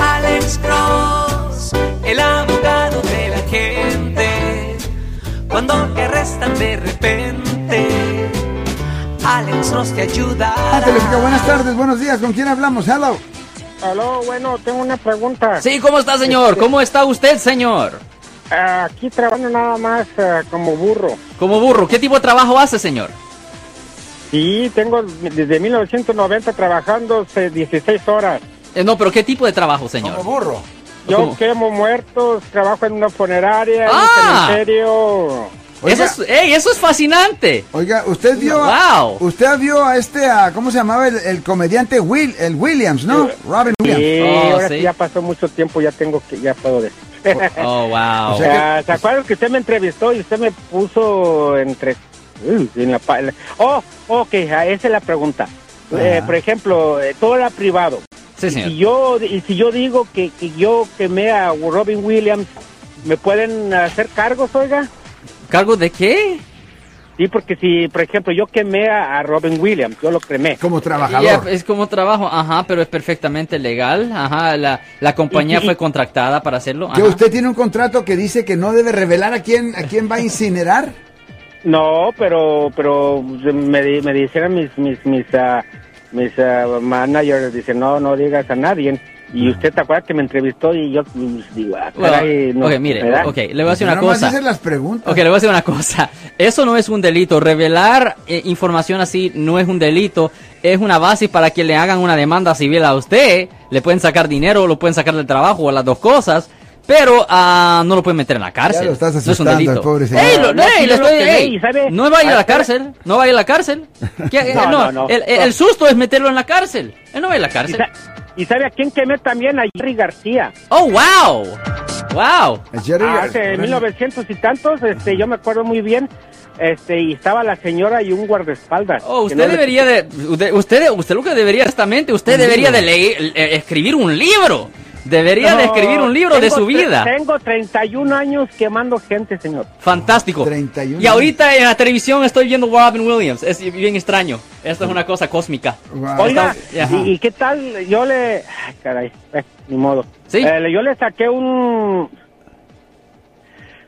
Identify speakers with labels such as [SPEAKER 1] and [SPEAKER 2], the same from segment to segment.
[SPEAKER 1] Alex Cross, el abogado de la gente. Cuando te arrestan de repente, Alex Cross te ayuda.
[SPEAKER 2] Ah, Telefónica, buenas tardes, buenos días, ¿con quién hablamos? Hello.
[SPEAKER 3] Aló, bueno, tengo una pregunta.
[SPEAKER 4] Sí, ¿cómo está, señor? ¿Cómo está usted, señor?
[SPEAKER 3] Ah, Aquí trabajo nada más ah, como burro.
[SPEAKER 4] Como burro, ¿qué tipo de trabajo hace, señor?
[SPEAKER 3] Sí, tengo desde 1990 trabajando eh, 16 horas.
[SPEAKER 4] Eh, no, pero ¿qué tipo de trabajo,
[SPEAKER 2] Como
[SPEAKER 4] señor?
[SPEAKER 2] burro.
[SPEAKER 3] Yo
[SPEAKER 4] ¿Cómo?
[SPEAKER 3] quemo muertos, trabajo en una funeraria,
[SPEAKER 4] ¡Ah!
[SPEAKER 3] en un cementerio.
[SPEAKER 4] Eso
[SPEAKER 2] Oiga,
[SPEAKER 4] es, ey, eso es fascinante.
[SPEAKER 2] oiga, usted vio a,
[SPEAKER 4] Wow.
[SPEAKER 2] usted vio a este, a, ¿cómo se llamaba el, el comediante Will, el Williams, no? Robin Williams.
[SPEAKER 3] Sí,
[SPEAKER 4] Oh,
[SPEAKER 3] ahora
[SPEAKER 4] sí.
[SPEAKER 3] sí ya pasó mucho tiempo, ya tengo que, ya puedo decir.
[SPEAKER 4] Oh, wow.
[SPEAKER 2] O sea,
[SPEAKER 3] Ah, ¿Se acuerdan que usted me entrevistó y usted me puso entre... Uy, en la pa- en la- Oh, ok, ah, esa es la pregunta. Eh,
[SPEAKER 2] Ajá.
[SPEAKER 3] por ejemplo, eh, todo era privado.
[SPEAKER 4] sí,
[SPEAKER 3] Si
[SPEAKER 4] señor.
[SPEAKER 3] yo, y si yo digo que, que yo quemé a Robin Williams, ¿me pueden hacer cargos, oiga?
[SPEAKER 4] ¿Cargo de qué?
[SPEAKER 3] Sí, porque si, por ejemplo, yo quemé a, a Robin Williams, yo lo quemé.
[SPEAKER 2] Como
[SPEAKER 4] Ya, pues,
[SPEAKER 2] trabajador.
[SPEAKER 4] es como trabajo, ajá, pero es perfectamente legal. Ajá, la, la compañía
[SPEAKER 3] Y- y-
[SPEAKER 4] fue contractada para hacerlo.
[SPEAKER 2] Que
[SPEAKER 4] ajá.
[SPEAKER 2] usted tiene un contrato que dice que no debe revelar a quién, a quién va a incinerar.
[SPEAKER 3] No, pero, pero pues, me, di- me dijeron mis, mis, mis, ah, mis ah, managers, dicen, no, no digas a nadie. Y usted te acuerdas que me entrevistó y yo y digo, ah,
[SPEAKER 4] Bueno,
[SPEAKER 3] caray, no,
[SPEAKER 4] ok, mire,
[SPEAKER 3] ¿verdad?
[SPEAKER 4] ok, le voy a decir
[SPEAKER 2] Pero
[SPEAKER 4] una
[SPEAKER 2] nomás
[SPEAKER 4] cosa.
[SPEAKER 2] dicen las preguntas.
[SPEAKER 4] Ok, le voy a decir una cosa. Eso no es un delito. Revelar eh, información así no es un delito. Es una base para que le hagan una demanda civil a usted. Le pueden sacar dinero, lo pueden sacar del trabajo o las dos cosas. Pero ah, no lo pueden meter en la cárcel.
[SPEAKER 2] Ya lo estás
[SPEAKER 4] no es un
[SPEAKER 2] asustando al
[SPEAKER 4] delito.
[SPEAKER 2] pobre señor.
[SPEAKER 4] Ey, lo-
[SPEAKER 3] No,
[SPEAKER 4] ey,
[SPEAKER 3] sí,
[SPEAKER 4] le
[SPEAKER 3] yo lo
[SPEAKER 4] estoy-
[SPEAKER 3] quemé,
[SPEAKER 4] ey,
[SPEAKER 3] y sabe-
[SPEAKER 4] no va a ir a la
[SPEAKER 3] hasta-
[SPEAKER 4] cárcel. No va a ir a la cárcel. ¿Qué- eh,
[SPEAKER 3] No,
[SPEAKER 4] no,
[SPEAKER 3] no, no.
[SPEAKER 4] el, el- el susto es meterlo en la cárcel. Él no va a ir a
[SPEAKER 3] Y,
[SPEAKER 4] la cárcel.
[SPEAKER 3] sa- y sabe a quién quemé también, a Jerry García.
[SPEAKER 4] Oh, wow. Wow.
[SPEAKER 2] Jerry-
[SPEAKER 3] Ah, Hace 1900 y tantos, este, yo me acuerdo muy bien, este, y estaba la señora y un guardaespaldas.
[SPEAKER 4] Oh,
[SPEAKER 3] que
[SPEAKER 4] usted
[SPEAKER 3] no le-
[SPEAKER 4] debería de, de- usted, usted lo que debería exactamente, usted debería de leer, eh, escribir un libro. Debería de
[SPEAKER 3] No,
[SPEAKER 4] escribir un libro de
[SPEAKER 3] tengo
[SPEAKER 4] su
[SPEAKER 3] tre-
[SPEAKER 4] vida.
[SPEAKER 3] Tengo 31 años quemando gente, señor.
[SPEAKER 4] Fantástico.
[SPEAKER 2] 31
[SPEAKER 4] Y ahorita en la televisión estoy viendo Robin Williams. Es bien extraño. Esto es una cosa cósmica.
[SPEAKER 2] Wow.
[SPEAKER 3] Oiga,
[SPEAKER 4] ya.
[SPEAKER 3] ¿y, y qué tal? Yo le... Ay, caray, eh, ni modo.
[SPEAKER 4] Sí.
[SPEAKER 3] Eh, le- yo le saqué un...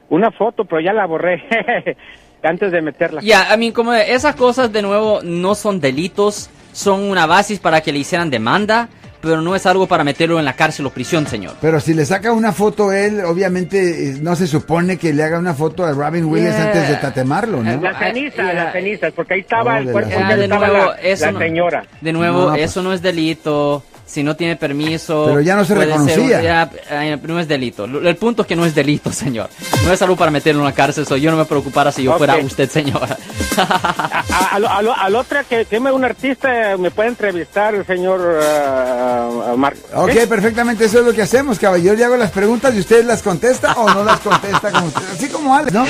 [SPEAKER 3] Una foto, pero ya la borré antes de meterla.
[SPEAKER 4] Ya, a mí como esas cosas de nuevo no son delitos, son una basis para que le hicieran demanda, pero no es algo para meterlo en la cárcel o prisión, señor.
[SPEAKER 2] Pero si le saca una foto él, obviamente eh, no se supone que le haga una foto a Robin Williams
[SPEAKER 4] Yeah.
[SPEAKER 2] antes de tatemarlo, ¿no?
[SPEAKER 3] Las cenizas,
[SPEAKER 4] Ah, ya.
[SPEAKER 3] las cenizas, porque ahí estaba
[SPEAKER 2] Oh,
[SPEAKER 3] el
[SPEAKER 2] de
[SPEAKER 3] cuerpo,
[SPEAKER 2] las
[SPEAKER 3] ya
[SPEAKER 4] Ya, Ah, de
[SPEAKER 3] estaba
[SPEAKER 4] nuevo,
[SPEAKER 3] la,
[SPEAKER 4] eso
[SPEAKER 3] la
[SPEAKER 4] no-
[SPEAKER 3] señora.
[SPEAKER 4] De nuevo,
[SPEAKER 2] No, pues.
[SPEAKER 4] eso no es delito. Si no tiene permiso.
[SPEAKER 2] Pero ya no se
[SPEAKER 4] puede ser un-
[SPEAKER 2] reconocía.
[SPEAKER 4] ya, eh, no es delito. Lo- El punto es que no es delito, señor. No es algo para meterlo en la cárcel. so yo no me preocupara si yo
[SPEAKER 3] Ok.
[SPEAKER 4] fuera usted, señora.
[SPEAKER 3] A, a, a lo- a lo- a la otra que queme un artista, eh, me puede entrevistar el señor ah, ah, Marco.
[SPEAKER 2] Ok, perfectamente, eso es lo que hacemos, caballero. Yo hago las preguntas y usted las contesta o no las contesta como usted. Así como Alex, ¿no?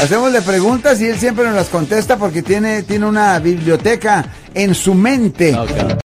[SPEAKER 2] Hacemosle preguntas y él siempre nos las contesta porque tiene, tiene una biblioteca en su mente
[SPEAKER 4] Ok.